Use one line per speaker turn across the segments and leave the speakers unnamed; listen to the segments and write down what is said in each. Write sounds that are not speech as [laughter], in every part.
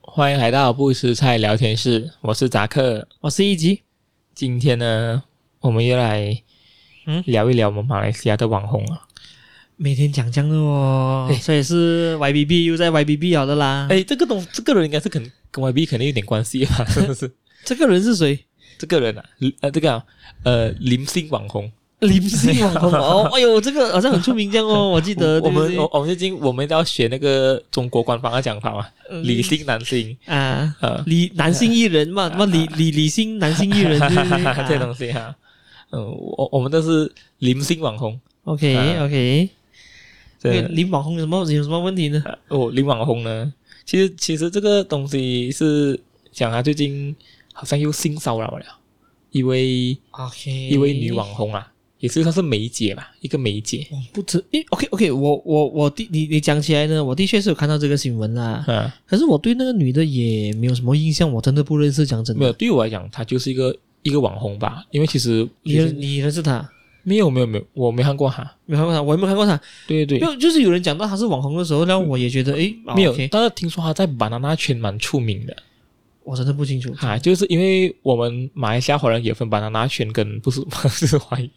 欢迎来到不吃菜聊天室，我是扎克，
我是一吉。
今天呢，我们又来
嗯
聊一聊我们马来西亚的网红啊。
每天讲这样的 [laughs] 哦
哎，
所以是 YBB 又在 YBB 好的啦。
哎、这个东这个人应该是肯跟 YB 肯定有点关系
[laughs]
吧？是不是？
这个人是谁？
这个人啊，呃，这个啊、呃，林姓网红，
林
[laughs]
姓网红哦，哎呦，这个好像很出名这样 [laughs] 哦，我记得。
我我们
对不
我我们最近我们要学那个中国官方的讲法嘛，
对
李姓男性，
嗯啊，
呃，
李男性艺人嘛，什么李李李姓男性
[laughs]
艺人，啊对不
这
对
东西哈，嗯、我我们都是林姓网红，
？OK
啊
OK，
对，
林网红有什么有什么问题呢？
哦，林网红呢，其实其实这个东西是讲他最近好像又性骚扰了一位
OK，
一
因
位女网红啊，也是算是梅姐吧，一个梅姐，
不止，诶 o k OK，我我我的你你讲起来呢，我的确是有看到这个新闻啦，
嗯，
可是我对那个女的也没有什么印象，我真的不认识，讲真
没
的
有，，对我来讲，她就是一个一个网红吧，因为其实
你
其实
认你认识她？
没有没有没有，我没看过她，
没有看过她，我也没有看过她。
对对对，
就就是有人讲到她是网红的时候，然后我也觉得，诶，啊
没有哦
OK，
但是听说她在 banana 圈蛮出名的
我真的不清楚。
啊，就是因为我们马来西亚华人也分 banana 圈跟不是不是华裔，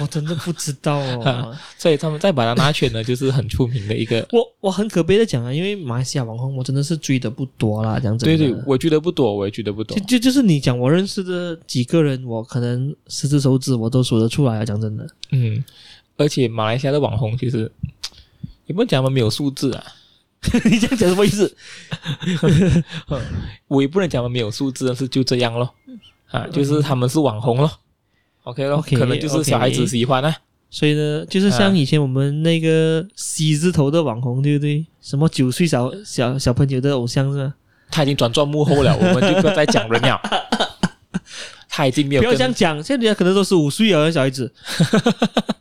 我真的不知道
[laughs]
哦。
所以他们在 banana 圈呢就是很出名的一个
我我很可悲的讲啊，因为马来西亚网红我真的是追的不多啦，讲真
对
的。
对，我觉得不多，我也觉得不多
啊就。就就是你讲我认识的几个人，我可能十只手指我都数得出来啊，讲真的。
嗯，而且马来西亚的网红其实也不能讲他们没有素质啊， [laughs]
你这样讲什么意思？
我也不能讲他们没有素质，但是就这样咯。啊，就是他们是网红咯。OK 咯
嗯 OK，
可能就是小孩子
OK
喜欢啊。
所以呢，就是像
啊
以前我们那个喜字头的网红，对不对？什么九岁小小小朋友的偶像是吧？
他已经转转幕后
[laughs]
了，我们就不要再讲人了。他已经没有
不要
跟
这样讲，现在人家可能都是五岁了，小
[laughs]
孩子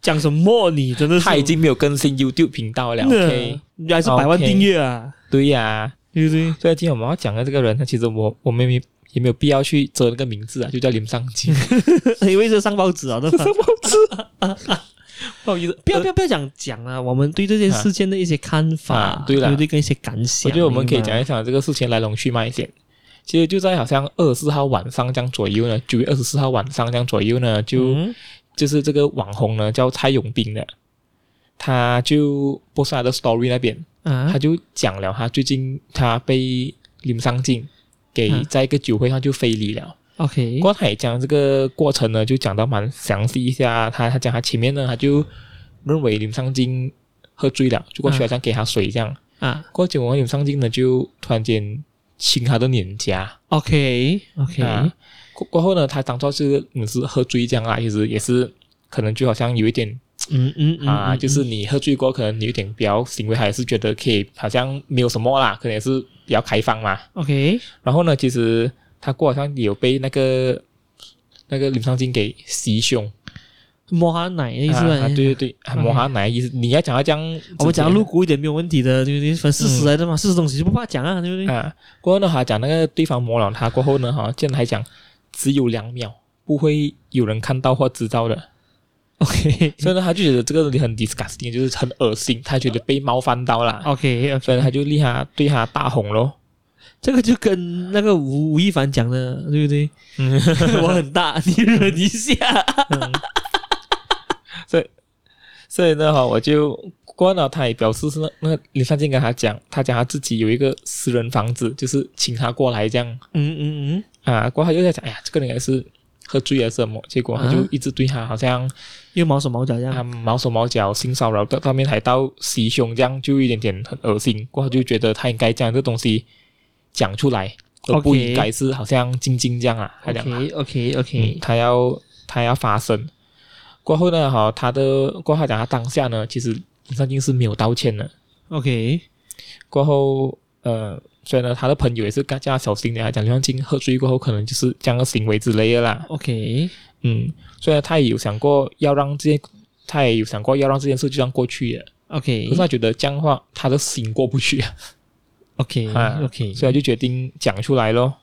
讲什么？你真的是嗯
他已经没有更新 YouTube 频道了。OK，哦
你还是百万
OK
订阅啊，
对呀、
对不对？
所以今天我们要讲的这个人，他其实我我们也没也没有必要去遮那个名字啊，就叫林尚基。
[laughs] 嗯因为这上报纸啊，
[laughs]
对吧？上报纸，不好意思，不要不要不要讲讲了，我们对这件事件的一些看法，
啊对啦
不对？跟一些感想，啊
我觉得我们可以讲
明白吗。
一讲这个事情来龙去脉先。其实就在好像二十四号晚上这样左右呢，九月二十四号晚上这样左右呢，就、
嗯
就是这个网红呢叫蔡永斌的，他就播出来的 story 那边，
啊
他就讲了他最近他被林尚敬给
嗯
在一个酒会上就非礼了。
，OK，
不过他也讲这个过程呢，就讲到蛮详细一下。他他讲他前面呢，他就认为林尚敬喝醉了，就过去好像给他水这样。
啊
嗯过久网友上镜呢，就突然间亲他的脸颊。
，OK，OK，
啊，过过后呢，他当做是你是喝醉这样啊，其实也是可能就好像有一点
嗯嗯嗯
啊，
嗯
就是你喝醉过，可能你有点比较行为还是觉得可以，好像没有什么啦，可能也是比较开放嘛。
OK，
然后呢，其实他过好像也有被那个那个林尚敬给袭胸，
摸他奶的意思
啊，
吧
啊对？对对，啊摩哈奶意思，你要讲到这样，
嗯我们讲露骨一点没有问题的，对不对？粉
嗯
丝死来的嘛，事实东西就不怕讲啊，对不对？
啊，过后呢，他讲那个对方摸了他过后呢，哈、竟然还讲只有两秒，不会有人看到或知道
嗯
的， [laughs]
OK
所以呢，他就觉得这个东西很 disgusting，就是很恶心，他觉得被冒犯到了，
OK OK，
所以他就立他对他大吼咯。
这个就跟那个吴吴亦凡讲的，对不对？
嗯
[laughs] 我很大，你忍一下。
所以呢，哈、我就过后呢，他也表示是那那个李尚敬跟他讲，他讲他自己有一个私人房子，就是请他过来这样
嗯嗯嗯，
啊。过后他又在讲，哎呀，这个人也是喝醉了什么，结果他就
啊
一直对他好像。
又毛手毛脚这样。
他毛手毛脚、性骚扰到上面还到袭胸，这样就有一点点很恶心。过后就觉得他应该将这东西讲出来，而不
OK
应该是好像晶晶这样啊。他讲啊，
OK OK
嗯
OK，，
他要他要发声。过后呢，哈，他的过后他讲他当下呢，其实李尚敬是没有道歉的。
OK，
过后呃，所以呢，他的朋友也是跟他叫他小心点，他讲李尚敬喝醉过后可能就是这样的行为之类的啦。
OK，
嗯，所以他也有想过要让这些，他也有想过要让这件事就这样过去的。
OK，
可是他觉得这样的话，他的心过不去，
OK
啊
OK，
所以他就决定讲出来咯。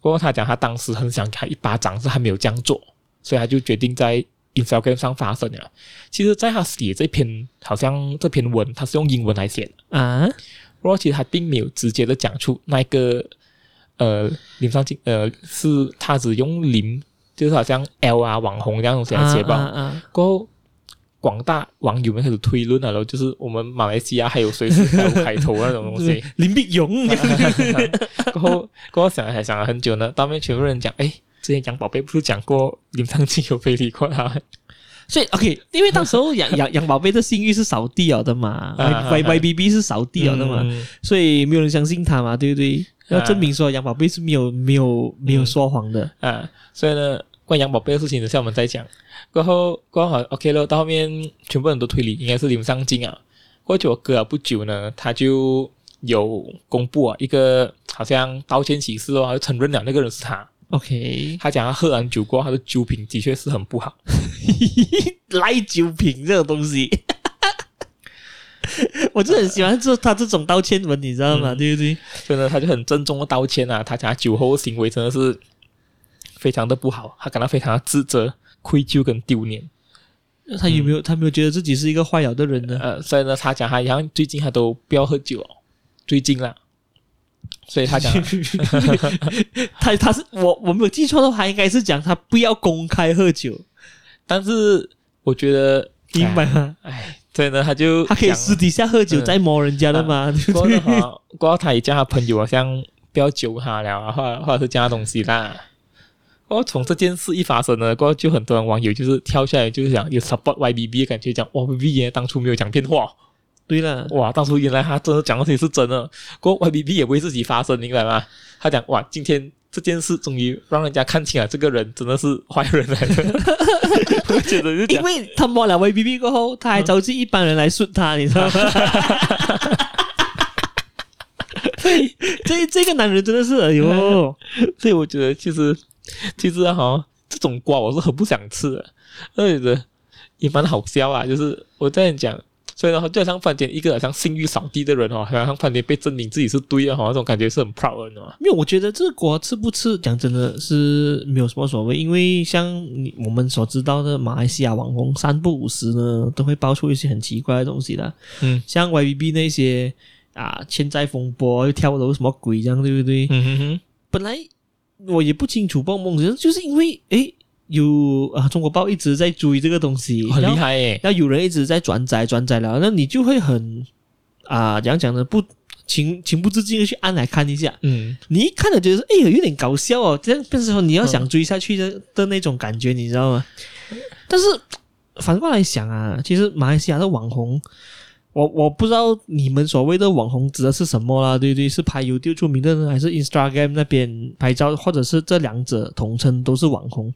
不过他讲他当时很想给他一巴掌，是他没有这样做，所以他就决定在 Instagram 上发声啊了。其实，在他写这篇好像这篇文，他是用英文来写的。
啊
如然后其实他并没有直接的讲出那个呃林尚进呃是他只用林，就是好像 L 啊网红这样东西来写吧。
啊啊
过后，广大网友们开始推论了，然后就是我们马来西亚还有谁是 L 开头啊那种东西。
林碧勇，
啊 [laughs] 过后，过后想来想了很久呢，当面全部人讲，哎，之前杨宝贝不是讲过林尚进有非礼过他？
[laughs] 所以 OK，因为到时候养养养宝贝的信誉是扫地了的嘛
啊
，Y Y B B 是扫地了的嘛，
嗯
所以没有人相信他嘛，对不对？要证明说养宝贝是没有没有没有说谎的，
啊，所以呢，关于杨宝贝的事情，等下我们再讲。过后，过后好 OK 了，到后面全部人都推理应该是林尚进啊。过久隔了不久呢，他就有公布啊一个好像道歉启事哦，他就承认了那个人是他。
OK，
他讲他喝完酒过后，他的酒品的确是很不好。
赖酒瓶这种东西，
[laughs]
我就很喜欢这他这种道歉文，你知道吗？
嗯
对不对？
所以呢，他就很郑重的道歉啊，他讲他酒后行为真的是非常的不好，他感到非常的自责、愧疚跟丢脸。
他有没有他没有觉得自己是一个坏了的人呢？
嗯呃，所以呢，他讲他好像最近他都不要喝酒哦，最近啦。所以他
[laughs]
讲
他他是我我没有记错的话，应该是讲他不要公开喝酒，
但是我觉得，
明白吗？
哎，所以呢，他就
他可以
讲
私底下喝酒
嗯
再摸人家的嘛， [laughs] 对不
过
对
后？哈，过后他也叫他朋友好像不要揪他了啊，或者或者是叫他东西啦。过后从这件事一发生呢，过后就很多人网友就是跳下来，就是讲有 support YBB 的感觉，讲哇 YBB 原来当初没有讲骗话，
对了，
哇，当初原来他真的讲的东西是真的。过后 YBB 也不会自己发声，明白吗？他讲哇，今天这件事终于让人家看清了，这个人真的是坏人来的。我觉得就
因
讲
为他摸了 YBB 过后，他还召集一帮人来顺他，你知道吗？
[laughs]
对，这这个男人真的是，
[laughs]
哎呦，
所以我觉得其实其实哈、这种瓜我是很不想吃的，那觉得也蛮好笑啊。就是我这样讲，所以呢，就好像饭店一个好像信誉扫地的人哦，好像饭店被证明自己是对的哈、那哦种感觉是很 proud 的，你知哦道吗？
没有，我觉得这个锅吃不吃，讲真的是没有什么所谓，因为像你我们所知道的马来西亚网红三不五时呢，都会爆出一些很奇怪的东西的，
嗯
像 YBB 那些啊欠债风波又跳楼什么鬼这样，对不对？
嗯哼哼，
本来我也不清楚蹦蹦，就是就是因为诶有啊中国报一直在追这个东西，
哦很
然
厉
后
害诶。
然后有人一直在转载转载了，那你就会很啊怎样讲呢？不情情不自禁的去按来看一下。
嗯，
你一看了觉得说，哎呦，有点搞笑哦，这样变成说你要想追下去的、的那种感觉，你知道吗？但是反过来想啊，其实马来西亚的网红，我我不知道你们所谓的网红指的是什么啦，对不对？是拍 YouTube 出名的呢，还是 Instagram 那边拍照，或者是这两者统称都是网红？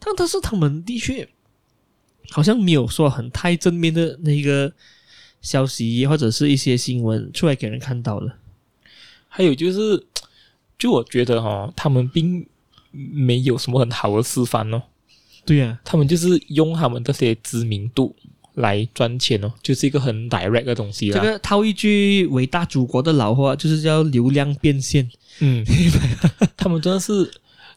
但但是他们的确好像没有说很太正面的那个消息或者是一些新闻出来给人看到了。
还有就是，就我觉得哈、他们并没有什么很好的示范哦，
对呀、
他们就是用他们这些知名度来赚钱哦，就是一个很 direct 的东西啦。
这个套一句伟大祖国的老话，就是叫流量变现。
[laughs] 嗯，他们真的是，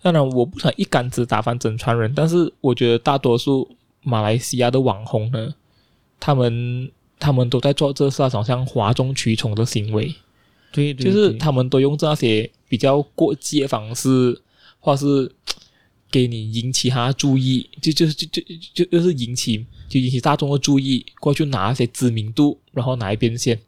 当然我不想一竿子打翻整船人，但是我觉得大多数马来西亚的网红呢，他们他们都在做这是那种像哗众取宠的行为，
对，
就
就是是
他们都用这些比较过激的方式，或是给你引起他的注意，就就就就就就是引起就引起大众的注意，过去拿一些知名度，然后拿一边线。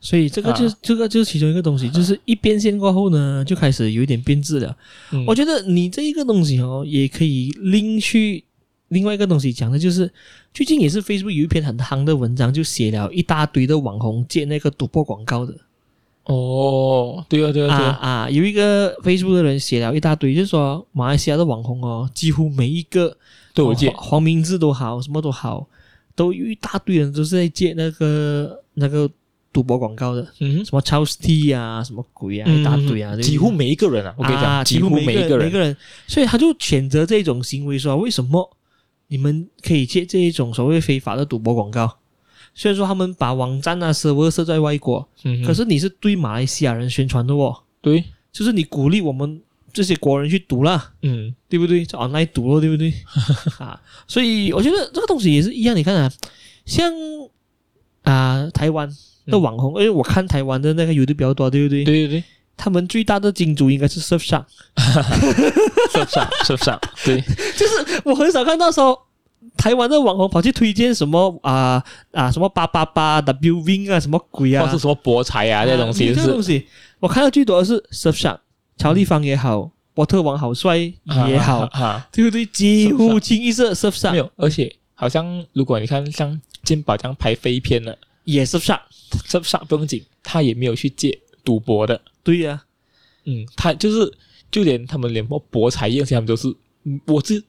所以这个就是、这个就是其中一个东西，就是一变现过后呢，就开始有一点变质了。
嗯
我觉得你这一个东西哦，也可以另去另外一个东西讲的，就是最近也是 Facebook 有一篇很夯的文章，就写了一大堆的网红借那个赌博广告的。
哦，对啊，对啊，
[laughs] 啊
对啊，
啊！有一个 Facebook 的人写了一大堆，就是说马来西亚的网红哦，几乎每一个
对我借
黄黄明志都好，什么都好，都有一大堆人都是在借那个那个赌博广告的，
嗯哼。
什么超 T 啊，什么鬼啊，一大堆啊，
嗯
对
几乎每一个人啊，我跟你讲，
啊
几
几
乎
每
每一
个
个
每
人，
个人，所以他就谴责这种行为说，为什么你们可以借这一种所谓非法的赌博广告？虽然说他们把网站啊、server 设在外国，
嗯哼
可是你是对马来西亚人宣传的哦。
对，
就是你鼓励我们这些国人去读啦，
嗯
对不对？就 online 读咯，对
[laughs]
不对？啊，所以我觉得这个东西也是一样，你看啊，像啊、台湾那网红，因为我看台湾的那个 YouTube 比较多，对不对？
嗯对对 [laughs] 对，
他们最大的金主应该是 Surfshark，
是不是啊？是不是啊？对，
就是 [laughs] 我很少看到说台湾的网红跑去推荐什么啊啊什么八八八 W Wing 啊什么鬼啊
或，是什么博彩啊这些东西，
啊
就
这东
是
西，我看到最多的是 Surfshark，乔立方也好，波特王好帅也好，
啊啊啊
对不对？几乎
Surfshark
清一色
啊
Surfshark
没有，而且好像如果你看像金宝这样拍飞片了，
也 Surfshark，
这上不用紧，他也没有去借赌博的，
对呀、
嗯，他就是就连他们连博博彩业这些，他们都是，嗯我是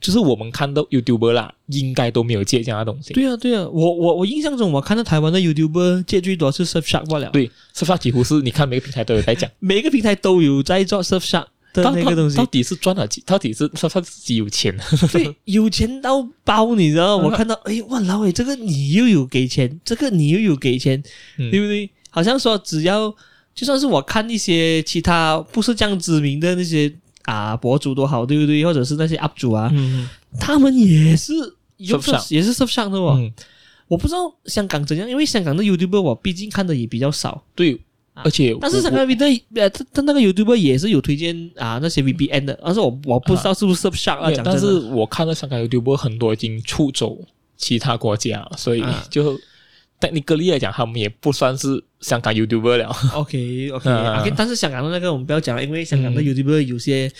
就是我们看到 YouTuber 啦，应该都没有借这样的东西。
对呀、啊对呀、我我我印象中，我看到台湾的 YouTuber 借最多是 Surfshark 罢了，
对，是不是几乎是你看每个平台都有在讲，
每个平台都有在做 Surfshark 的
到
那个东西啊
到，底是赚了几，到底是他他自己有钱，
对，有钱到爆，你知道
嗯
吗？我看到，哎，哇，老伟，这个你又有给钱，这个你又有给钱，
嗯
对不对？好像说只要，就算是我看一些其他不是这样知名的那些啊博主都好，对不对？或者是那些 UP 主啊，
嗯
他们也是用
Surf Shark
也是 Surf 上的哦。
嗯，
我不知道香港怎样，因为香港的 YouTuber 我毕竟看的也比较少，
对，
啊
而且
但是
我
香港的呃，他他那个 YouTuber 也是有推荐啊那些 VPN 的，但是我我不知道是不是 Surf 上啊，
我
讲真
但
的
是我看到香港 YouTuber 很多已经出走其他国家，所以
啊
就。但你个例来讲，他们也不算是香港 YouTuber
[laughs]
了。
OK OK
嗯
OK，但是香港的那个我们不要讲了，因为香港的
嗯
YouTuber 有些，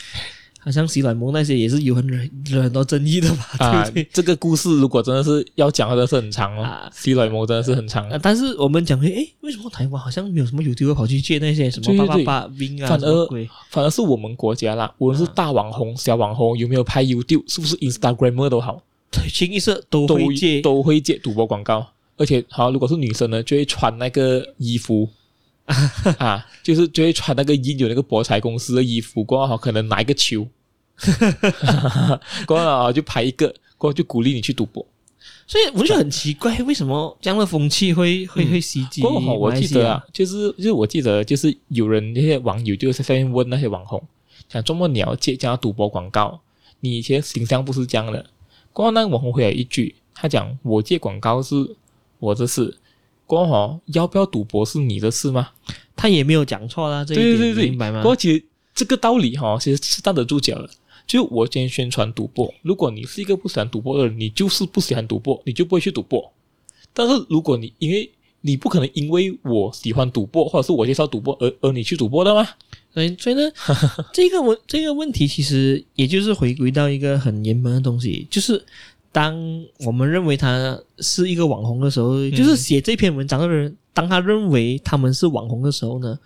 好像洗软萌那些也是有很惹很多争议的嘛，
啊
对不对？，
这个故事如果真的是要讲，真的是很长哦
啊。
C 软模真的是很长
啊，，但是我们讲回，诶，为什么台湾好像没有什么 YouTuber 跑去借那些什
对
么
对
八
对
八八 Win 啊，
反
什么
而
鬼？啊
反而是我们国家啦，无论是大网红、小网红，有没有拍 YouTube，是不是 Instagramer 都好，
清一色都
都
会借
都会借赌博广告。而且，好，如果是女生呢，就会穿那个衣
[laughs]
服啊，就是就会穿那个印有那个博彩公司的衣服，过后可能拿一个
[laughs]
球， [laughs] 过后啊就拍一个，过后就鼓励你去赌博。
所以我就很奇怪，为什么这样的风气会会
嗯
会袭击
过后我
马来
记
西亚
得啊，就是就是我记得就是有人那些网友就是在下面问那些网红，想周末你要借加赌博广告，你以前形象不是这样的。过后那个网红回了一句，他讲我借广告是我的事，过后哦要不要赌博是你的事吗？
他也没有讲错啦，这一
对
点
对对，
你明白吗
不？过其实这个道理哈、其实是站得住脚的。就我今天宣传赌博，如果你是一个不喜欢赌博的人，你就是不喜欢赌博，你就不会去赌博。但是如果你因为你不可能因为我喜欢赌博，或者是我介绍赌博而而你去赌博的吗？
所以，
[laughs]
所以呢，这个问这个问题其实也就是回归到一个很严门的东西，就是当我们认为他是一个网红的时候，就是写这篇文章的人，当他认为他们是网红的时候呢，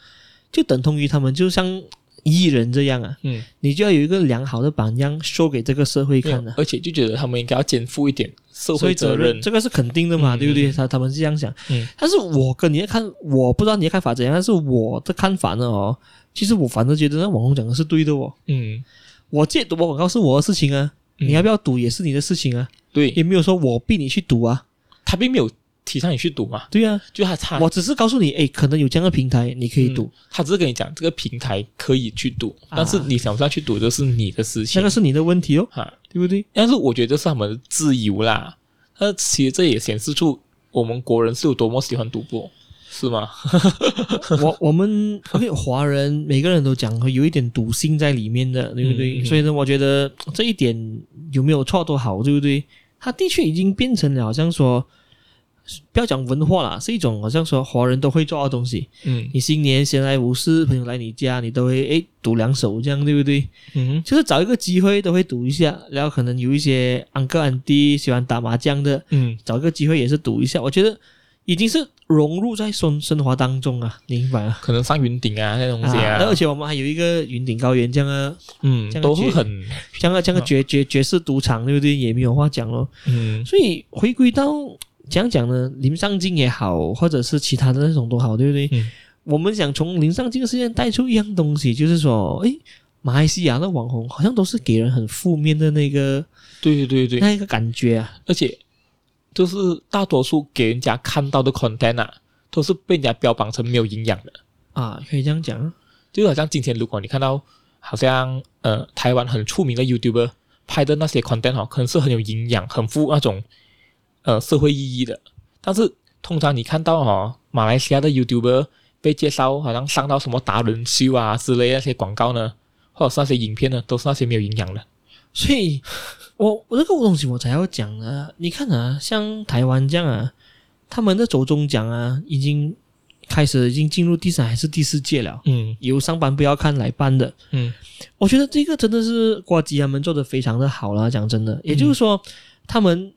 就等同于他们就像艺人这样啊，
嗯，
你就要有一个良好的榜样 show 给这个社会
没有
看的、啊
而且就觉得他们应该要肩负一点社
所
会
以责
任。
这个是肯定的嘛，
嗯
对不对？他他们是这样想，
嗯
但是我跟你的看，我不知道你的看法怎样，但是我的看法呢哦，其实我反正觉得那网红讲的是对的哦。
嗯，
我借赌博广告是我的事情啊，
嗯
你要不要赌也是你的事情啊，
对
也没有说我逼你去赌啊，
他并没有提倡你去赌嘛，
对啊，
就他他
我只是告诉你，哎，可能有这样的平台，你可以赌，
他只是跟你讲这个平台可以去赌，但是
啊
你想不想去赌就是你的事情
那个是你的问题哦，
哈。
对不
[laughs]
对？
但是我觉得这是他们的自由啦。那其实这也显示出我们国人是有多么喜欢赌博，是吗？
我我们 OK，华人每个人都讲有一点赌性在里面的，对不对？
嗯嗯
所以呢，我觉得这一点有没有错都好，对不对？它的确已经变成了好像说，不要讲文化啦，是一种好像说华人都会做的东西。
嗯
你新年闲来无事，朋友来你家，你都会诶赌两手这样，对不对？
嗯
就是找一个机会都会赌一下，然后可能有一些 uncle a u n t 喜欢打麻将的，
嗯，
找一个机会也是赌一下。我觉得已经是融入在生生活当中啊，你明白啊？
可能上云顶啊那种东西
啊，
啊，
然后而且我们还有一个云顶高原这样啊的
嗯
这样
都
觉
是
得
很
这样的这样的爵爵爵士赌场，对不对？也没有话讲咯。
嗯
所以回归到讲讲呢，林上镜也好，或者是其他的那种都好，对不对？
嗯
我们想从林上镜事件带出一样东西，就是说，诶，马来西亚的网红好像都是给人很负面的那个
对对对对，
那一个感觉啊，
而且就是大多数给人家看到的 content 啊，都是被人家标榜成没有营养的。
啊，可以这样讲啊，
就好像今天如果你看到好像呃台湾很出名的 YouTuber 拍的那啊些 content 哦，可能是很有营养、很富那种呃社会意义的，但是通常你看到哦，马来西亚的 YouTuber 被介绍好像上到什么达人秀啊之类的那些广告呢，或者是那些影片呢，都是那些没有营养的。
所以，我我这个东西我才要讲啊！你看啊，像台湾这样啊，他们的走中奖啊，已经开始已经进入第三还是第四届了，
嗯
由上班不要看来办的。
嗯
我觉得这个真的是瓜吉他们做的非常的好了，讲真的，也就是说，他们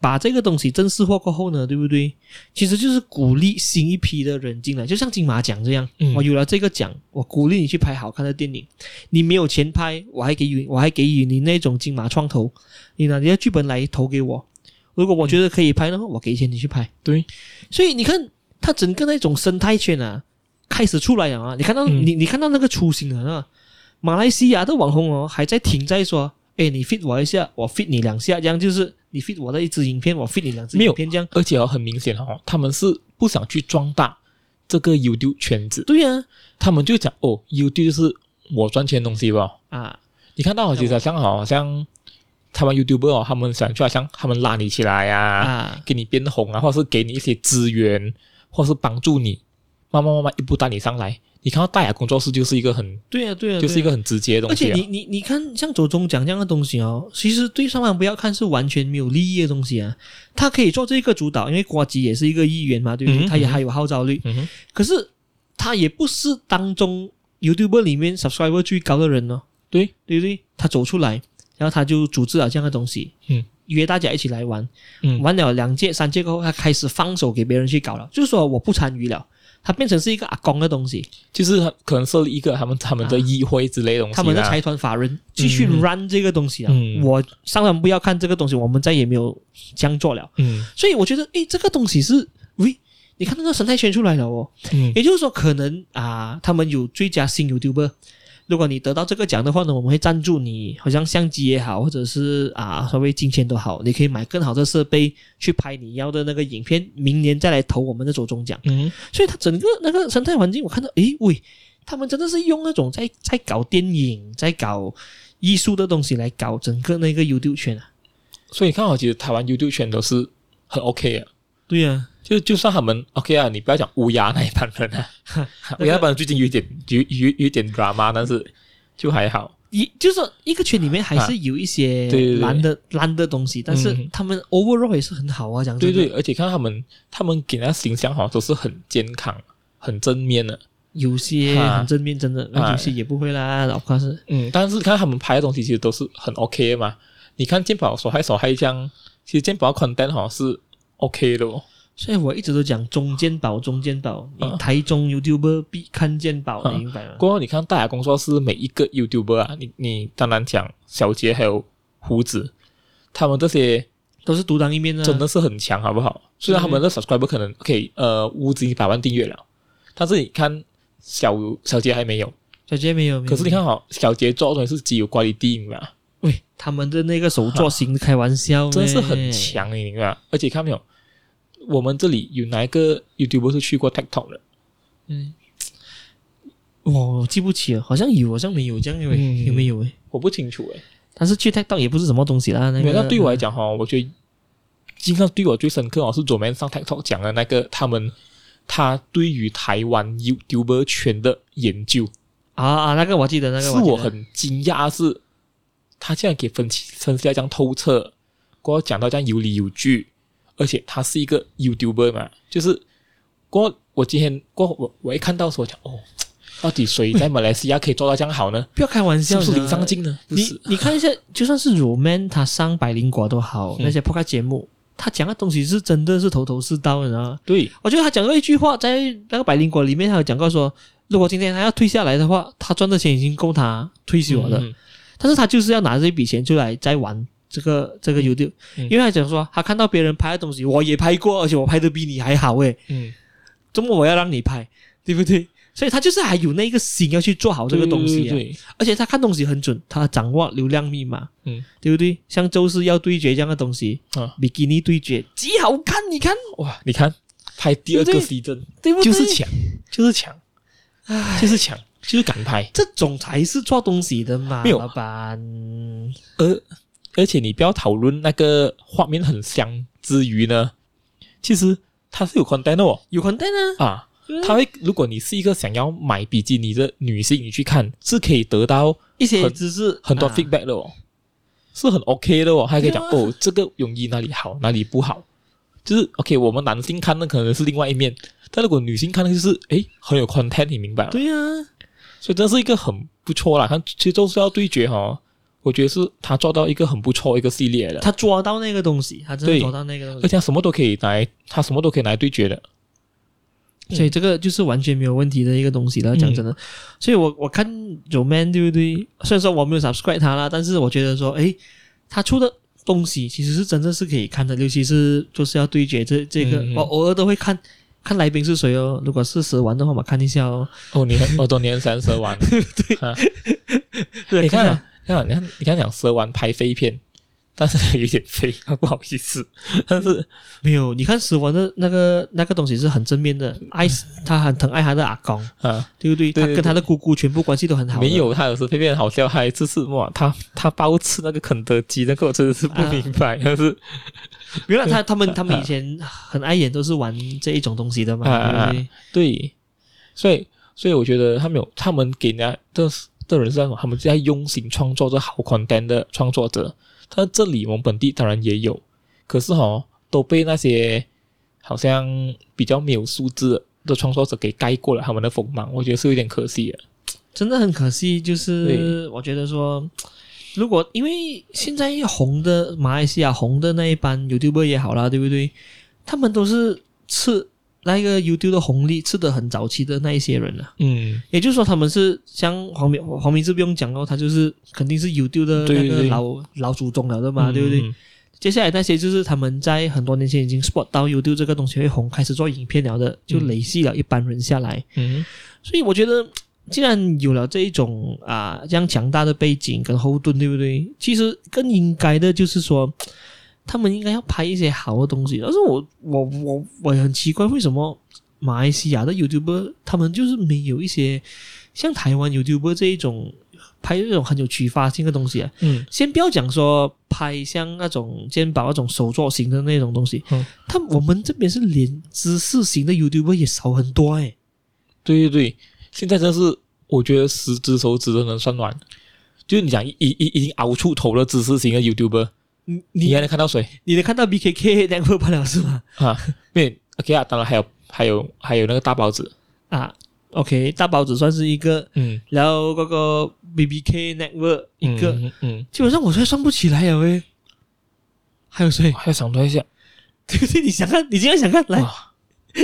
把这个东西正式化过后呢，对不对？其实就是鼓励新一批的人进来，就像金马奖这样，
嗯
哦我有了这个奖，我鼓励你去拍好看的电影。你没有钱拍，我还给予我还给予你那种金马创投，你拿你的剧本来投给我。如果我觉得可以拍的话，我给钱你去拍。
对，
所以你看，它整个那种生态圈啊，开始出来了啊！你看到、
嗯
你你看到那个雏形了啊！马来西亚的网红哦，还在停在说，哎，你 fit 我一下，我 fit 你两下，这样就是你 fit 我的一支影片，我 fit 你两支
没有
影片，这样。
而且哦，很明显哦，他们是不想去壮大这个 YouTube 圈子，
对呀、
他们就讲哦，YouTube 就是我赚钱的东西吧。
啊，
你看到哦，
那我
其实好像好像他们 YouTuber 哦，他们想就好像他们拉你起来呀、
啊
给你变红啊，或者是给你一些资源，或是帮助你，慢慢慢慢一步带你上来。你看到大雅工作室就是一个很，
对呀、对呀、啊
就是一
对呀
个很直接的
而
东西、
且
啊
你。你你看，像走中奖这样的东西哦，其实对上班不要看是完全没有利益的东西啊。他可以做这个主导，因为瓜吉也是一个议员嘛，对不对？
嗯
他也
嗯
还有号召力。
嗯哼，
可是他也不是当中 YouTuber 里面 subscriber 最高的人哦，
对
对不对？他走出来，然后他就组织了这样的东西，
嗯，
约大家一起来玩，
嗯
玩了两届、三届过后，他开始放手给别人去搞了，就是说我不参与了，他变成是一个阿公的东西，
就是可能设立一个他们他们的
啊
议会之类的东西啦、
他们的财团法人继续
嗯
run 这个东西啊，
嗯
我上然不要看这个东西，我们再也没有这样做了，
嗯
所以我觉得，诶，这个东西是，喂，你看那个生态圈出来了哦，
嗯
也就是说，可能啊、他们有最佳新 YouTuber。如果你得到这个奖的话呢，我们会赞助你，好像相机也好，或者是啊稍微金钱都好，你可以买更好的设备去拍你要的那个影片，明年再来投我们的走中奖。 [laughs]
嗯
所以它整个那个生态环境，我看到，诶喂，他们真的是用那种在在搞电影、在搞艺术的东西来搞整个
嗯
那个 YouTube 圈啊。
所以看好，其实台湾 YouTube 圈都是很 OK 的。
对呀、
就就算他们 OK 啊，你不要讲乌鸦那一帮人啊，乌 [laughs] 鸦那帮人最近有一点有有有一点 drama，但是就还好。
也就是说，一个圈里面还
啊
是有一些
对对对
烂的烂的东西，但是
嗯
他们 overall 也是很好啊，讲真
对
的。
对，而且看他们他们给人家形象好像都是很健康、很正面的。
有些很正面，真的，那
啊
有些也不会啦。老夸是，
嗯，但是看他们拍的东西其实都是很 OK 的嘛。你看鉴宝所害所害这样，其实鉴宝 content 好像是 OK 的哦。
所以我一直都讲中间宝，中间宝，你
啊
台中 YouTuber 必看见宝，
啊
你明白吗？
过后你看大雅工作室每一个 YouTuber 啊，你你当然讲小杰还有胡子，他们这些
都是独当一面啊的，
真的是很强，好不好？虽然他们的 subscriber 可能 OK，呃，五至一百万订阅了，但是你看小小杰还没有。
小杰没有。没有
可是你，看好小杰做的东西是极有管理第一名嘛，
喂，他们的那个手作型开玩笑呢，
真的是很强，你明白吗？而且看到没有，我们这里有哪一个 YouTuber 是去过 TikTok 的？
我记不起了，好像有，好像没有这样，因为
嗯
有没有？诶？
我不清楚诶、
但是去 TikTok 也不是什么东西啦。那
没有，
个
那对我来讲哈，我觉得印象对我最深刻哦，是左面上 TikTok 讲的那个他们他对于台湾 YouTuber 圈的研究，
啊啊，那个我记得，那个
是
记得
我很惊讶，是他竟然给分析分析到这样透彻，过后讲到这样有理有据，而且他是一个 YouTuber 嘛，就是过后我今天过后我我一看到的时候我讲哦，到底谁在马来西亚可以做到这样好
[laughs]
呢？
不要开玩
是
笑
不
啦，
是林尚敬呢？不
啊你
是，
你看一下，就算是 Roman 他上百灵果都好，
嗯
那些 p o d 节目，他讲的东西是真的是头头是道的啊。
对，
我觉得他讲过一句话，在那个百灵果里面，他有讲过说，如果今天他要退下来的话，他赚的钱已经够他退休了的，
嗯
但是他就是要拿这笔钱出来再玩。这个这个 YouTube，、
嗯
因为他讲说他看到别人拍的东西，我也拍过，而且我拍的比你还好诶，
嗯，
怎么我要让你拍，对不对？所以他就是还有那个心要去做好这个东西、
嗯
啊。
对对对
而且他看东西很准，他掌握流量密码，
嗯，
对不对？像周四要对决这样的东西，
啊，
比基尼对决极好看，你看
哇，你看拍第二
对
个
不
C 阵
对不对？
就是强，就是强，就是强，就是敢拍。
这种才是做东西的嘛，
没有
老板。
而而且你不要讨论那个画面很香之余呢，其实它是有 content 的哦
有 content 啊，
啊
嗯，
它会如果你是一个想要买比基尼的女性，你去看是可以得到
一些
很
只是
很多
啊
feedback 的哦，是很 OK 的哦，还可以讲、
对啊
哦，这个泳衣哪里好，哪里不好，就是 OK。我们男性看的可能是另外一面，但如果女性看的就是诶很有 content，你明白吗？
对啊呀、
所以这是一个很不错啦。看，其实就是要对决哈、哦，我觉得是他做到一个很不错一个系列的，
他抓到那个东西，他真的
对
抓到那个东
而且
西，
他什么都可以拿来，他什么都可以拿来对决的。嗯
所以这个就是完全没有问题的一个东西了。讲真的，所以我我看 Roman 对不对？虽然说我没有 subscribe 他啦，但是我觉得说，诶，他出的东西其实是真正是可以看的，尤其是就是要对决这这个，
嗯嗯
我偶尔都会看。看来宾是谁哦？如果是蛇丸的话，我看一下
[laughs]
哦。
哦，你很，哦，都年三蛇丸，对、啊，
对
你看、
看
啊，你看，你看，你看讲蛇丸拍飞片，但是有点飞，不好意思，但是
没有？你看蛇丸的那个那个东西是很正面的，爱他很疼爱他的阿公，
啊，
对不对？
嗯对对
他跟他的姑姑全部关系都很好的。
没有他有时飞片好笑，还这是哇，他他包吃那个肯德基，那个我真的是不
啊
明白，但是
原来
[laughs]
他他们他们以前很爱演都是玩这一种东西的嘛，
啊
对
啊
不对？
对，所以所以我觉得他们有他们给人家的的人是那种他们是在用心创作着好 content 的创作者，但这里我们本地当然也有，可是哦都被那些好像比较没有素质的创作者给盖过了他们的锋芒，我觉得是有点可惜的。
真的很可惜，就是
对
我觉得说，如果因为现在红的马来西亚红的那一班 YouTube E 也好啦，对不对？他们都是吃那个 YouTube 的红利，吃的很早期的那一些人啊。
嗯，
也就是说，他们是像黄明黄明志不用讲哦，他就是肯定是 YouTube 的那
对对
个
对
老老祖宗了的嘛，对不对？
嗯？
接下来那些就是他们在很多年前已经 spot 到 YouTube 这个东西会红，开始做影片了的，就累积了一般人下来。
嗯
所以我觉得，既然有了这一种啊这样强大的背景跟后盾，对不对？其实更应该的就是说，他们应该要拍一些好的东西。但是我我我我也很奇怪，为什么马来西亚的 YouTuber 他们就是没有一些像台湾 YouTuber 这一种拍这种很有启发性的东西啊？
嗯
先不要讲说拍像那种肩膀那种手作型的那种东西，
嗯
他我们这边是连知识型的 YouTuber 也少很多哎、
对对对，现在真是我觉得十只手指都能算完，就是你讲已已已经熬出头了知识型的 YouTuber，
你
你
你
还能看到谁？
你能看到 [laughs] BKK 两个不了是吗？
啊，面 OK 啊，当然还有还有还有那个大包子，
啊，OK，大包子算是一个，
嗯，
然后那个 BBK Network 一个，
嗯嗯
基本上我算算不起来了喂。还有谁
嗯，？还要想多一下，
对不对？你想看，你竟然想看，来，
哇，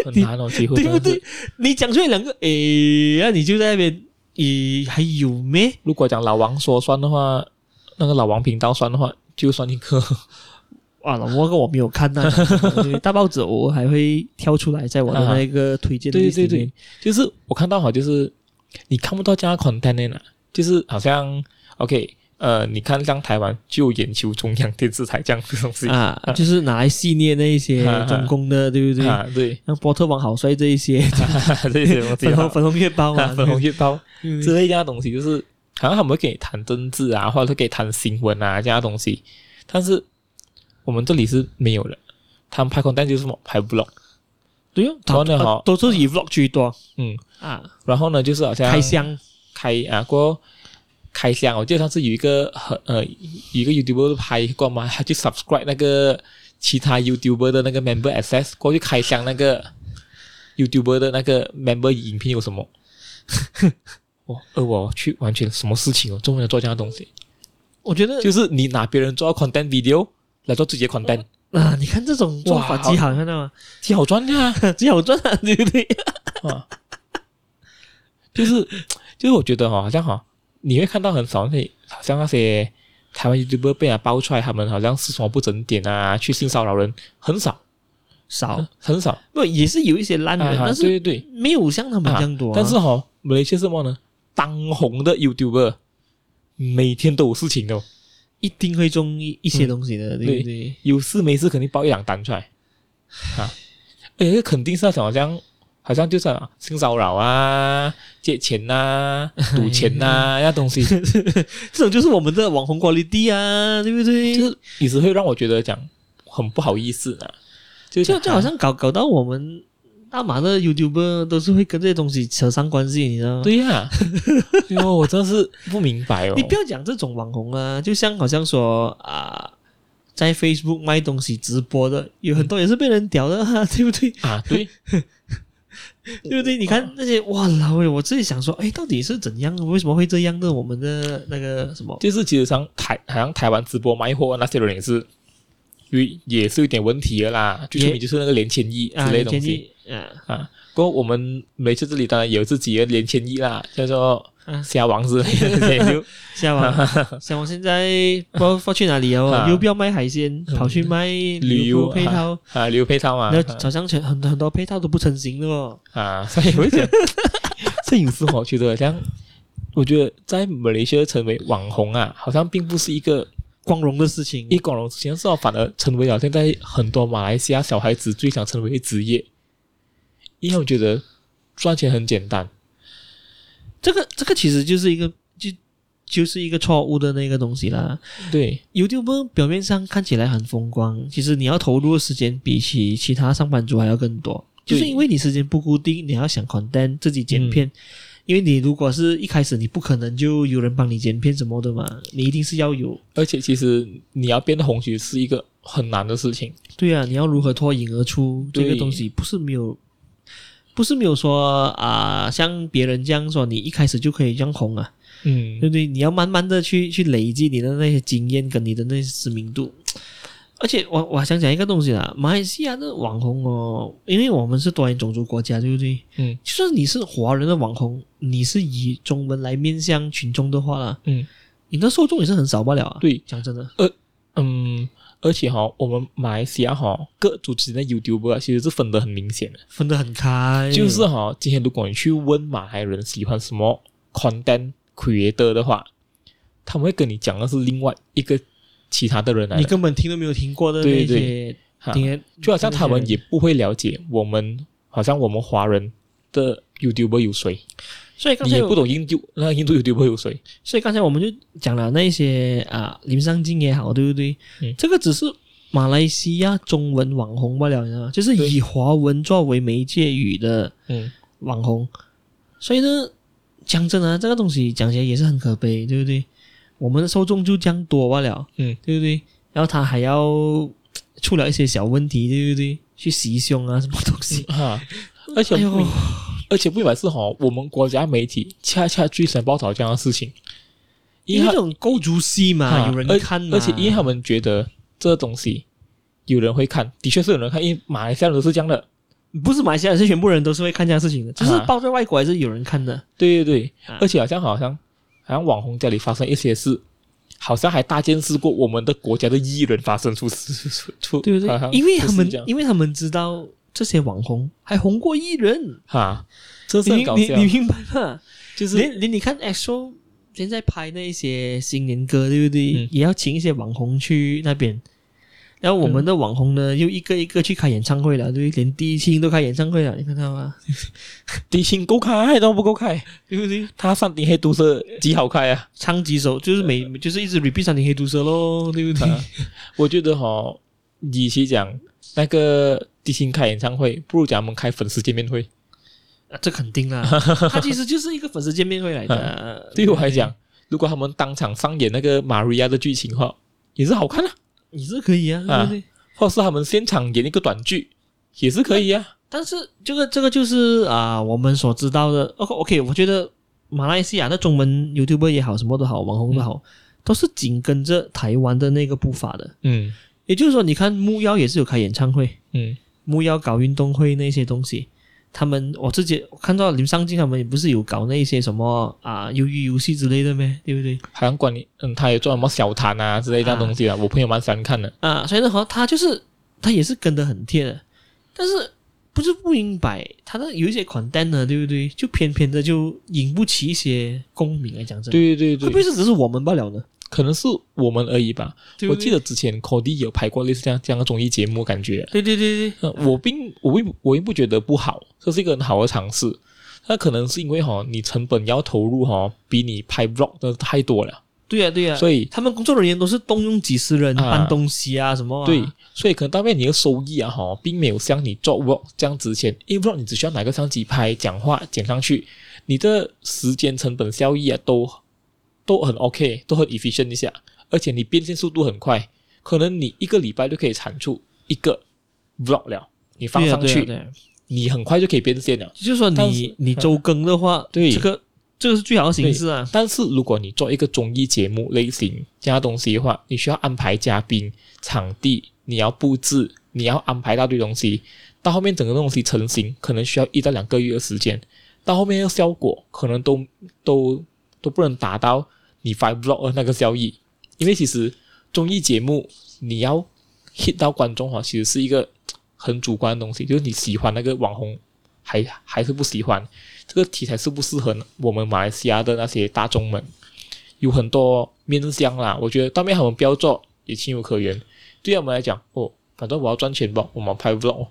很难哦，几乎
对不
真的
对
是？？
你讲出来两个，诶，那你就在那边，诶，还有没？
如果讲老王说算的话，那个老王频道算的话，就算一
[laughs]
个，
啊，老莫哥我没有
[laughs]
看那个对大包子，我还会跳出来在我的那个推荐的
对
list
啊对
里面
对，就是我看到好就是你看不到这样的 content 呢，就是好像 OK。呃，你看，像台湾就研究中央电视台这样的东西
啊，就是拿来系列那一些
啊啊
中共的，对不对？
啊，对，
像波特王好帅这一些，
[laughs] 这些东西
粉
啊
[laughs] 红，粉红月包
啊
啊，嗯
粉红月包，
对不
之
对
类这样的东西，就是好像他们会给你谈政治啊，或者是给你谈新闻啊这样的东西，但是我们这里是没有的。他们拍 content 就是什么拍 vlog，
对哦，
然后呢
啊
好
都是以 vlog 居多
嗯，
啊，
然后呢就是好像
开箱
开啊过后开箱，我记得上次有一个很呃有一个 YouTuber 拍过嘛，他去 subscribe 那个其他 YouTuber 的那个 member access 过去开箱那个 YouTuber 的那个 member 影片有什么。 [laughs] 我呃，我去完全什么事情哦，专门做这样的东西。
我觉得
就是你拿别人做的 content video 来做自己的 content，
啊，你看这种做法
哇
极好，看到吗？
挺好赚的啊！
[laughs] 极好赚啊，对不对？
啊就是就是我觉得哈、好像哈、你会看到很少那些好像那些台湾 YouTuber 被人家爆出来，他们好像是什么不整点啊，去性骚扰人，很少
少
很少。
不也是有一些烂人，
啊，
啊但是
对对对，
没有像他们
啊
这样多啊。
但是哈、马来西亚是什么呢？当红的 YouTuber 每天都有事情的哦，
一定会中一一些东西的，
嗯
对
对
不对？
有事没事肯定爆一两单出来啊！而且肯定是那种好像好像就是啊性骚扰啊、借钱呐、赌钱
[laughs]
呐、那东西，
这种就是我们的网红 quality 啊，对不对？
就是有时会让我觉得讲很不好意思啊。就
就
讲
就好像搞搞到我们大马的 YouTuber 都是会跟这些东西扯上关系，你知道吗？
啊对呀、 [laughs] 哟，我真的是不明白哦。
你不要讲这种网红啊，就像好像说啊、在 Facebook 卖东西直播的，有很多也是被人屌的、啊， [laughs] 对不对？
啊，对，
对不对？你看那些嗯哇老喂，我自己想说，哎，到底是怎样？为什么会这样呢？我们的那个什么，
就是其实上台好像台湾直播卖货那些人也是，也也是有点问题的啦。最出名就是那个连千亿之
啊，
类的
前
东西
期啊，
啊。不过我们每次这里当然有自己的连千亿啦，叫做
啊
虾王之类的
[laughs]
那些就
夏 [laughs] 王，夏王现在不知道不知道去哪里 [laughs] 哦，
啊
又不要卖海鲜，跑去卖
旅
旅
游
游配套，
啊，刘配套嘛
那好像全很很多配套都不成型的哦。
啊，所以我就 [laughs] 讲，摄影师我觉得像，我觉得在马来西亚成为网红啊，好像并不是一个
光荣的事情，
一广荣之前是反而成为了现在很多马来西亚小孩子最想成为的职业，因为我觉得赚钱很简单。
这个这个其实就是一个就就是一个错误的那个东西啦。
对
YouTube 表面上看起来很风光，其实你要投入的时间比起其他上班族还要更多，就
对嗯
是因为你时间不固定，你要想 content 自己剪片。因为你如果是一开始你不可能就有人帮你剪片什么的嘛，你一定是要有
而且其实你要变红，其实是一个很难的事情。
对啊，你要如何脱颖而出这
对
个东西不是没有，不是没有说啊、像别人这样说，你一开始就可以这样红啊，
嗯
对不对？你要慢慢的去去累积你的那些经验跟你的那些知名度。而且我我还想讲一个东西啦，马来西亚的网红哦，因为我们是多元种族国家，对不对？
嗯
就算你是华人的网红，你是以中文来面向群众的话啦，
嗯
你的受众也是很少罢了啊。
对，
讲真的，
嗯，而且哈、我们马来西亚哈、各族之间的 YouTuber 啊其实是分得很明显的，
分得很开，
就是哈、今天如果你去问马来人喜欢什么 content creator 的话，他们会跟你讲的是另外一个其他的人来
你
的，
根本听都没有听过的那
对对
些
哈
今天
就好像他们也不会了解我们，好像我们华人的 YouTuber 有谁，
所以刚
你
才
也不
我
懂印度那印度 YouTuber 有谁，
所以刚才我们就讲了那些啊，林尚敬也好，对不对？
嗯
这个只是马来西亚中文网红罢了，你知道吗？就是以华文作为媒介语的
嗯，
网红，所以呢，讲真的啊，这个东西讲起来也是很可悲，对不对？我们的受众就这样多罢了，
嗯，
对不对？然后他还要嘖出了一些小问题，对不对？去袭胸啊，什么东西？
啊，而且
哎
不
呦 [laughs]
明、，而且不明白是哈，我们国家媒体恰恰最想报道这样的事情，因
因
为
为
他
这种构筑戏嘛，
啊
有人
而
看嘛，
而且因为他们觉得这东西有人会看，的确是有人看，因为马来西亚人都是这样的，
不是马来西亚人，是全部人都是会看这样的事情的，只是
啊
报在外国还是有人看的。
对对对，
啊
而且好像好像好像网红家里发生一些事。好像还搭建事过我们的国家的艺人发生出事出出，
对不
好像
对？因为他
出事
们
这样
因为他们知道这些网红还红过艺人，
哈，这是很
你明
搞
你
笑
你，明白吗？
就是
连连你看 EXO 现在拍那一些新年歌，对不对？
嗯
也要请一些网红去那边。然后我们的网红呢，又一个一个去开演唱会了，对不对？连第一清都开演唱会了，你看到吗？
迪星够开，都不够开，
对不对？
他上顶黑毒蛇极好开啊！
唱几首，就是每就是一直 repeat 三年黑毒蛇咯，对不对？
啊我觉得哈、与其讲那个迪星开演唱会，不如讲我们开粉丝见面会。
啊，这肯
[laughs]
定啦，它其实就是一个粉丝见面会来的。
嗯对我来讲，如果他们当场上演那个玛利亚的剧情的话，也是好看啊；
你是可以啊，对不对？
或者是他们现场演一个短剧，也是可以啊。
但是这个这个就是啊、我们所知道的。OK OK，我觉得马来西亚的中文 YouTuber 也好，什么都好，网红都好，
嗯
都是紧跟着台湾的那个步伐的。
嗯
也就是说，你看木妖也是有开演唱会，
嗯
木妖搞运动会那些东西。他们我自己我看到林尚敬他们也不是有搞那些什么啊鱿鱼游戏之类的咩，对不对？
好像管理，嗯，他也做什么小谈啊之类这样东西啊，我朋友蛮喜欢看的。
啊，所以呢，好像他就是他也是跟得很贴的，但是不是不明白他的有一些 content 呢，对不对？就偏偏的就引不起一些共鸣来讲真的，
对对
会不会是只是我们罢了呢？
可能是我们而已吧。
对不
我
对
记得之前 Cody 有拍过类似这样这样的综艺节目，感觉、
对对对对，
呃、我并我并我并不觉得不好，这是一个很好的尝试。那可能是因为哈、你成本要投入哈、比你拍 vlog 的太多了，
对呀、对呀、
所以
他们工作人员都是动用几十人
啊
搬东西啊，什么、啊、
对，所以可能当面你的收益啊，哈，并没有像你做 vlog 这样值钱。因为 vlog 你只需要拿个相机拍、讲话、剪上去，你的时间成本效益啊，都都很 OK，都很 efficient 一下，而且你变现速度很快，可能你一个礼拜就可以产出一个 vlog 了，你放
对呀
上
对呀啊
去，
对呀
你很快就可以变现了。
就是说
但是
你你周更的话，
对
这个这个是最好的形式啊。
但是如果你做一个综艺节目类型这样的东西的话，你需要安排嘉宾、场地，你要布置，你要安排一大堆东西。到后面整个东西成型，可能需要一到两个月的时间。到后面的效果可能都都都不能达到你 five blog 的那个效益，因为其实综艺节目你要 hit 到观众哈，其实是一个很主观的东西，就是你喜欢那个网红还还是不喜欢。这个题材适不适合我们马来西亚的那些大众们，有很多面向啦。我觉得当面他们不要做也情有可原。对我们来讲，哦，反正我要赚钱吧，我们拍 vlog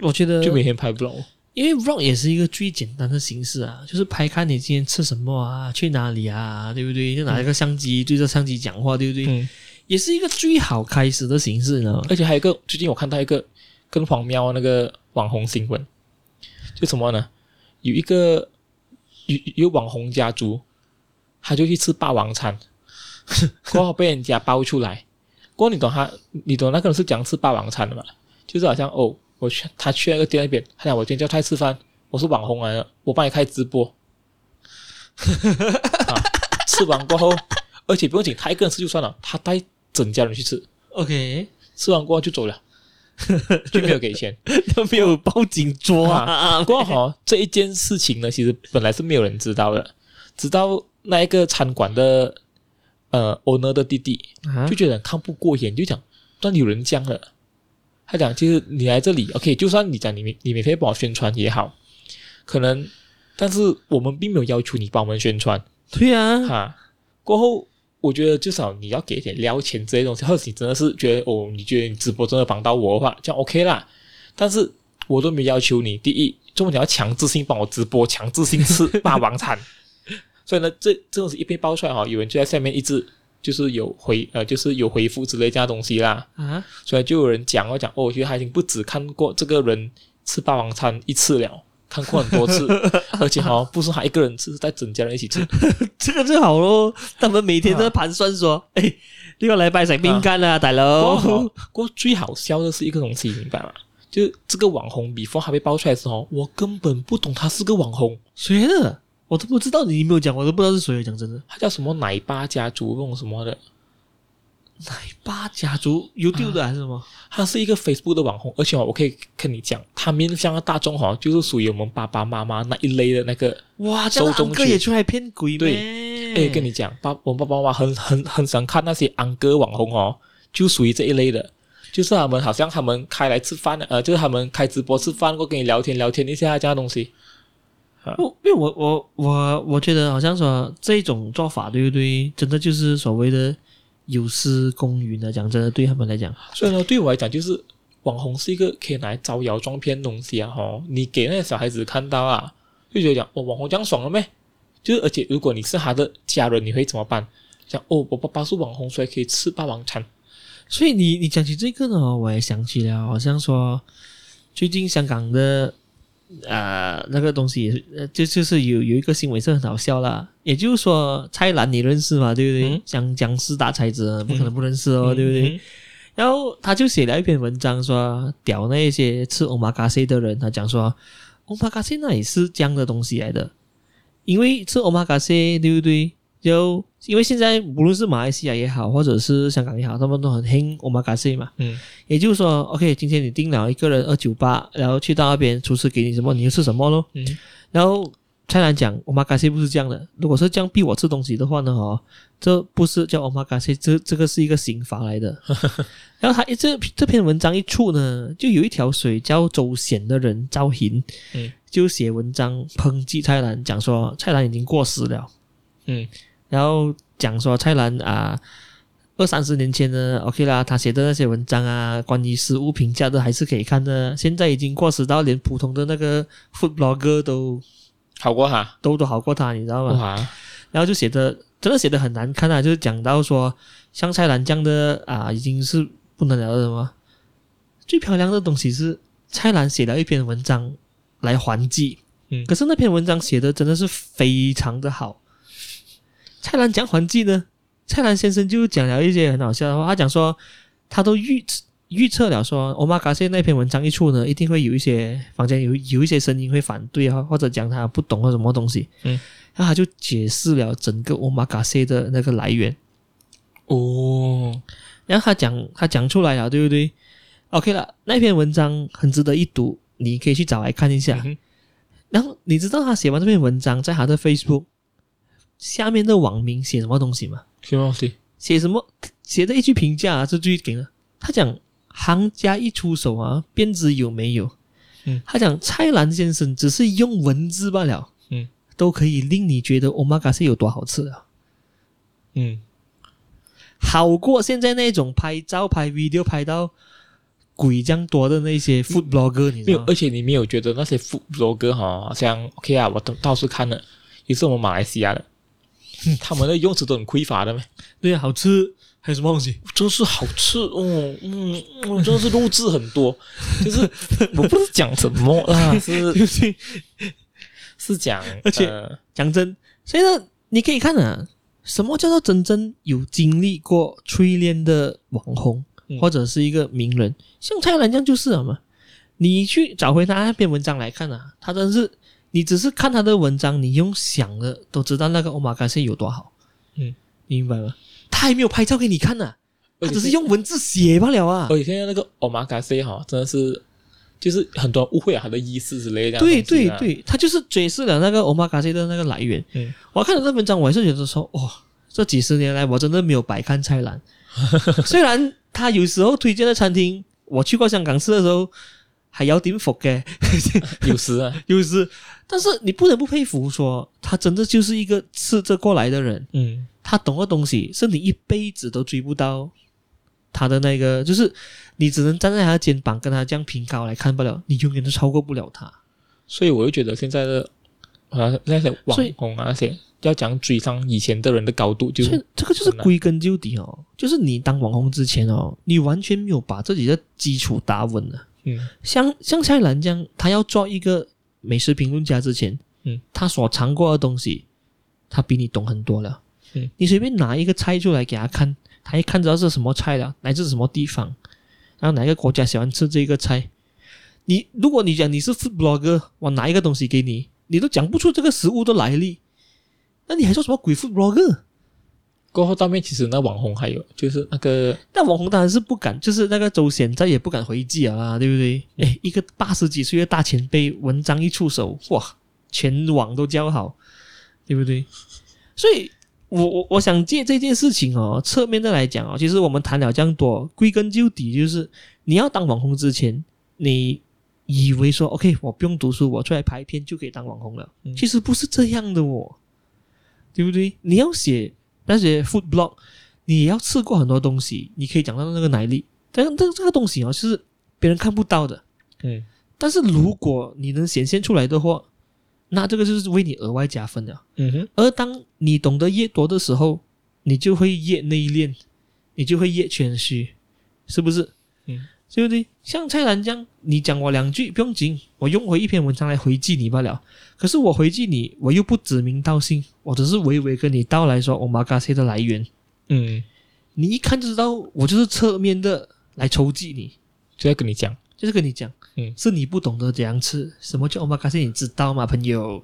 我觉得
就每天拍 vlog。
因为 vlog 也是一个最简单的形式啊，就是拍看你今天吃什么啊，去哪里啊，对不对？就拿一个相机、对着相机讲话，对不对？
嗯，
也是一个最好开始的形式，你知道吗？
而且还有一个，最近我看到一个更荒谬的那个网红新闻，就什么呢？有一个有有网红家族，他就去吃霸王餐， [laughs] 过后被人家爆出来。过后你懂他，你懂那个人是讲吃霸王餐的嘛？就是好像哦，我去他去那个店那边，他讲我今天叫菜吃饭，我是网红来的，我帮你开直播。 [laughs] 啊、吃完过后，而且不用请他一个人吃就算了，他带整家人去吃。
OK，
吃完过后就走了，就没有给钱。
[laughs] 都没有报警抓
[laughs]
啊，
过后这一件事情呢，其实本来是没有人知道的，直到那一个餐馆的呃 owner 的弟弟
啊
就觉得很看不过眼，就讲那有人这样了。他讲，其实你来这里，OK，就算你讲你免你免费帮我宣传也好，可能，但是我们并没有要求你帮我们宣传。
对啊，
[laughs] 哈，过后我觉得至少你要给一点撩钱这些东西，或者你真的是觉得哦，你觉得你直播真的帮到我的话，这样 OK 啦。但是我都没有要求你，第一，中么你要强制性帮我直播，强制性吃霸王餐。 [laughs] 所以呢，这这种是一被爆出来哈、哦，有人就在下面一直就是有回呃，就是有回复之类这样的东西啦。
啊，
所以就有人讲哦，讲哦，我觉得他已经不止看过这个人吃霸王餐一次了，看过很多次，而且哈、哦，不是他一个人吃，是带整家人一起吃。
这个就好咯。他们每天都在盘算
啊
说，哎，六个礼拜食饼干啊，大
过
佬。
后过后最好笑的是一个东西，明白吗？就是这个网红 before 他被爆出来的时候，我根本不懂他是个网红，
[laughs] 谁的？我都不知道，你没有讲，我都不知道是谁的。
[laughs]
讲真的，
他叫什么奶爸家族那种什么的，
奶爸家族 YouTube 的还是什么？
他是一个 Facebook 的网红，而且哦我可以跟你讲，他面向的大众哈，哦就是属于我们爸爸妈妈那一类的那个。
哇，这
收
样安
中
哥
去
也出来骗鬼
对
咩？
哎，跟你讲，爸，我爸爸妈妈很很很想看那些安哥网红哦，就属于这一类的。就是他们好像他们开来吃饭，呃，就是他们开直播吃饭，过后跟你聊天聊天一下这样的东西。
不，因为我我我我觉得好像说这种做法对不对？真的就是所谓的有失公允的，讲真的，对他们来讲，
所以呢，对我来讲，就是网红是一个可以拿来招摇撞骗的东西啊！哈，你给那些小孩子看到啊，就觉得讲哦，网红这样爽了咩？就是而且如果你是他的家人，你会怎么办？讲哦，我爸爸是网红，所以可以吃霸王餐。
所以你你讲起这个呢，我也想起了，好像说最近香港的呃那个东西也是，呃就就是有有一个新闻是很好笑啦。也就是说，蔡澜你认识嘛，对不对？
嗯
讲僵尸大才子啊不可能不认识哦，对不对？
嗯？
然后他就写了一篇文章说，屌那些吃 omakase 的人，他讲说，omakase 那也是这样的东西来的，因为吃 omakase 对不对？就因为现在无论是马来西亚也好，或者是香港也好，他们都很兴 omakase 嘛。
嗯
也就是说，OK，今天你订了一个人二九八，然后去到那边厨师给你什么，你就吃什么咯。
嗯
然后蔡澜讲，omakase 不是这样的。如果是这样逼我吃东西的话呢，哦，这不是叫 omakase，这这个是一个刑罚
[laughs]
来的。然后他一这这篇文章一出呢，就有一条水叫周显的人赵hình，
嗯
就写文章抨击蔡澜，讲说蔡澜已经过时了，
嗯
然后讲说蔡澜啊。二三十年前呢，OK 啦，他写的那些文章啊，关于食物评价的还是可以看的。现在已经过时到连普通的那个 food blogger 都
好过哈，
都都好过他，你知道吗？
哇，
然后就写的真的写的很难看啊，就是讲到说香菜蓝酱的啊，已经是不能聊的什么。最漂亮的东西是蔡澜写了一篇文章来还击，
嗯
可是那篇文章写的真的是非常的好。蔡澜讲还击呢，蔡澜先生就讲了一些很好笑的话，他讲说他都预预测了说 o m a k a s e 那篇文章一出呢，一定会有一些房间有有一些声音会反对啊，或者讲他不懂或什么东西，
嗯，
然啊后他就解释了整个 o m a k a s e 的那个来源，
哦，
然后他讲他讲出来了，对不对？OK 了，那篇文章很值得一读，你可以去找来看一下。
嗯哼
然后你知道他写完这篇文章，在他的 Facebook 下面的网民写什么东西吗？
什么东西？
写什么？写的一句评价、啊、是最给的。他讲行家一出手啊，便知有没有。
嗯，
他讲蔡澜先生只是用文字罢了，
嗯，
都可以令你觉得 omakase 有多好吃啊了，
嗯，
好过现在那种拍照拍 video 拍到鬼这样多的那些 food blogger，你
没
知
有
道，吗？
而且你没有觉得那些 food blogger 哈，好像 OK 啊，我都到处看了，也是我们马来西亚的，他们的用词都很匮乏的咩？
对啊，好吃，还有什么东 [laughs] 西？
真是好吃哦，嗯，嗯真的是肉质很多，
[laughs]
就是我不是讲什么啦， [laughs] 是
对不对？
是讲，
而且啊
呃
讲真，所以呢，你可以看啊，什么叫做真正有经历过淬炼的网红，
嗯
或者是一个名人，像蔡澜这样就是了嘛。你去找回他那篇文章来看啊，他真是，你只是看他的文章，你用想的都知道那个，oh omakase 有多好，
嗯，
你明白吗？他还没有拍照给你看呢、啊
而
他
且
只是用文字写罢了啊。
而且现在那个 omakase 哈，真的是就是很多人误会了它的意思之类的。啊
对对，对，他就是解释了那个 omakase 的那个来源。
嗯，
我看了这文章，我还是觉得说，哇、这几十年来我真的没有白看菜篮。虽然他有时候推荐的餐厅，我去过香港吃的时候还有点服嘅， [laughs]
有时啊，
有时，但是你不得不佩服说，他真的就是一个吃着过来的人，
嗯
他懂的东西是你一辈子都追不到他的那个，就是你只能站在他的肩膀跟他这样平高来看不了，你永远都超过不了他。
所以我就觉得现在的啊那些
所
网
以
红啊那些要讲追上以前的人的高度就，
所以这个就是
很难
归根究底哦，就是你当网红之前哦，你完全没有把自己的基础打稳啊。
嗯
像像蔡澜这样，他要做一个美食评论家之前，
嗯，
他所尝过的东西，他比你懂很多了。
嗯，
你随便拿一个菜出来给他看，他一看知道是什么菜了，来自什么地方，然后哪一个国家喜欢吃这个菜。你如果你讲你是 food blogger，我拿一个东西给你，你都讲不出这个食物的来历，那你还说什么鬼 food blogger？
过后到面其实那网红还有就是那个
但网红当然是不敢，就是那个周显再也不敢回击了啦，对不对？哎，一个八十几岁的大前辈，文章一出手，哇，全网都叫好，对不对？所以，我我我想借这件事情哦，侧面的来讲哦，其实我们谈了这样多，归根究底就是，你要当网红之前，你以为说 OK，我不用读书，我出来拍片就可以当网红了，
嗯
其实不是这样的哦，对不对？你要写那些 food blog。你要吃过很多东西，你可以讲到那个奶力，但是这这个东西啊、是别人看不到的。
嗯
但是如果你能显现出来的话，那这个就是为你额外加分了。
嗯哼
而当你懂得越多的时候，你就会越内敛，你就会越谦虚，是不是？
嗯，
对不对？像蔡澜这样，你讲我两句不用紧，我用回一篇文章来回击你罢了。可是我回击你，我又不指名道姓，我只是娓娓跟你道来说哦 omakase 的来源。
嗯，
你一看就知道我就是侧面的来抽击你，
就在跟你讲，
就是跟你讲，
嗯
是你不懂得怎样吃，什么叫 omakase，你知道吗，朋友？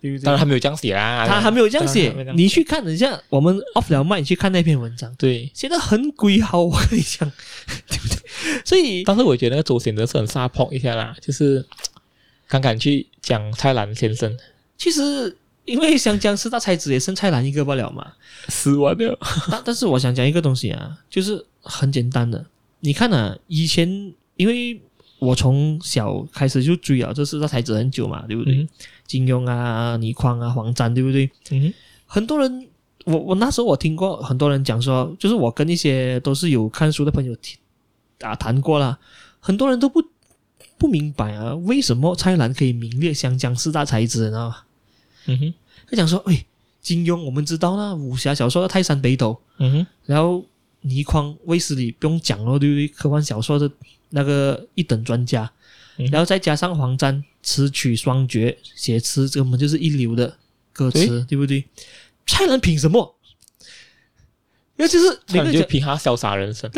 对不
当
对
然？他没有这样写啦，
他还没有这样写
当然没有这，样啊
你去看一下，我们 off 了麦，你去看那篇文章，
对。
写的很鬼好，我跟你讲， [laughs] 对不对？所以
但是我觉得那个周显哲是很撒泼一下啦，就是刚敢去讲蔡澜先生
其实因为湘江四大才子也剩蔡澜一个不了嘛， [laughs]
死完了，
但但是我想讲一个东西啊，就是很简单的，你看啊，以前因为我从小开始就追啊，这四大才子很久嘛，对不对？
嗯
金庸啊、倪匡啊、黄沾，对不对？
嗯哼
很多人，我我那时候我听过很多人讲说，就是我跟一些都是有看书的朋友提啊谈过啦，很多人都不不明白啊，为什么蔡澜可以名列湘江四大才子，你知道吗？
嗯哼
他讲说，哎，金庸我们知道啦，武侠小说的《泰山北斗》，
嗯哼，
然后倪匡、卫斯理不用讲了，对不对？科幻小说的那个一等专家，
嗯
然后再加上黄沾词曲双绝，写词根本就是一流的歌词，对不对？蔡澜凭什么？尤其是
那
每个人
你就
讲，
凭他潇洒人生，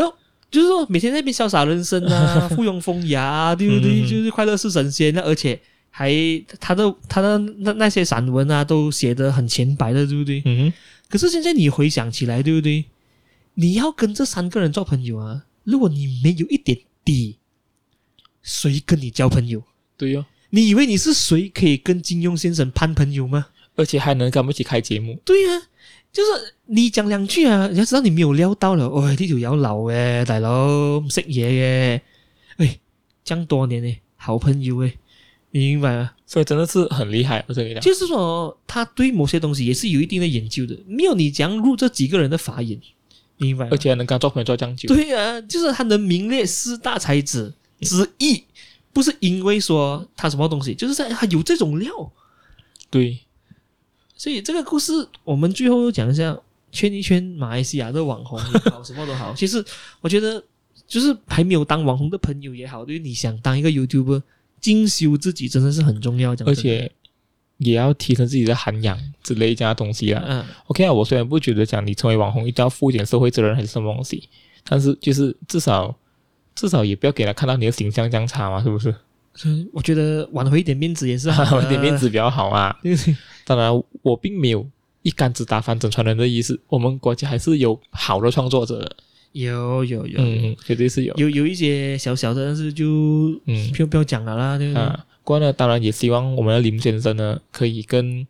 就是说每天在那边潇洒人生
[laughs]
啊，附庸风雅啊，对不
嗯
对？
嗯嗯
就是快乐是神仙，那啊而且还他的他的那那些散文啊，都写得很浅白的，对不对？
嗯哼，
可是现在你回想起来，对不对？你要跟这三个人做朋友啊，如果你没有一点底，谁跟你交朋友？
对哦，
你以为你是谁可以跟金庸先生攀朋友吗？
而且还能跟我们一起开节目，
对呀、就是你讲两句啊，你要知道你没有撩到了，喂、呢条友流嘅，大佬唔識嘢嘅，喂，咁多年嘅好朋友嘅，你明白吗？
所以真的是很厉害，我跟你讲，
就是说他对某些东西也是有一定的研究的，没有你讲入这几个人的法眼，你明白吗
而？且还能跟他做朋友做这样久，
对呀、就是他能名列四大才子之一，不是因为说他什么东西，就是在他有这种料。
对，
所以这个故事，我们最后讲一下，圈一圈马来西亚的网红也
[laughs]
好，什么都好。其实我觉得，就是还没有当网红的朋友也好，就是你想当一个 YouTuber，精修自己真的是很重要。讲
而
真的
且，也要提升自己的涵养之类这样的东西啦。
嗯、
OK 啊，我虽然不觉得讲你成为网红一定要负一点社会责任还是什么东西，但是就是至少至少也不要给他看到你的形象这样差嘛，是不
[laughs]
是？
所以我觉得挽回一点面子也是
[laughs]
好的
有点面子，比较好啊。
对不对？
当然，我并没有一竿子打翻整船人的意思，我们国家还是有好的创作者的，
[laughs] 有有有、
嗯，绝对是有，
有有一些小小的，但是就
嗯
不用不要讲了啦，对不对？
啊。不过呢，当然也希望我们的林先生呢，可以跟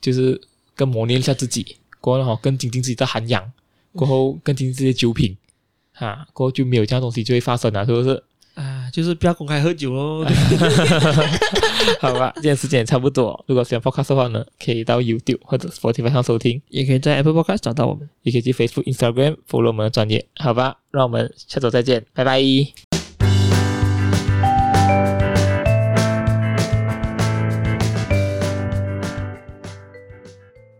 就是更磨练一下自己，过后呢哦，更精进自己的涵养，过后更精进自己的酒品，啊，过后就没有这样东西就会发生了，是不是？ [laughs]
啊，就是不要公开喝酒喽。对
好吧，今天时间也差不多。如果喜欢 Podcast 的话呢，可以到 YouTube 或者 Spotify 上收听，
也可以在 Apple Podcast 找到我们。
也可以去 Facebook、Instagram follow 我们的专业，好吧？让我们下周再见，拜拜。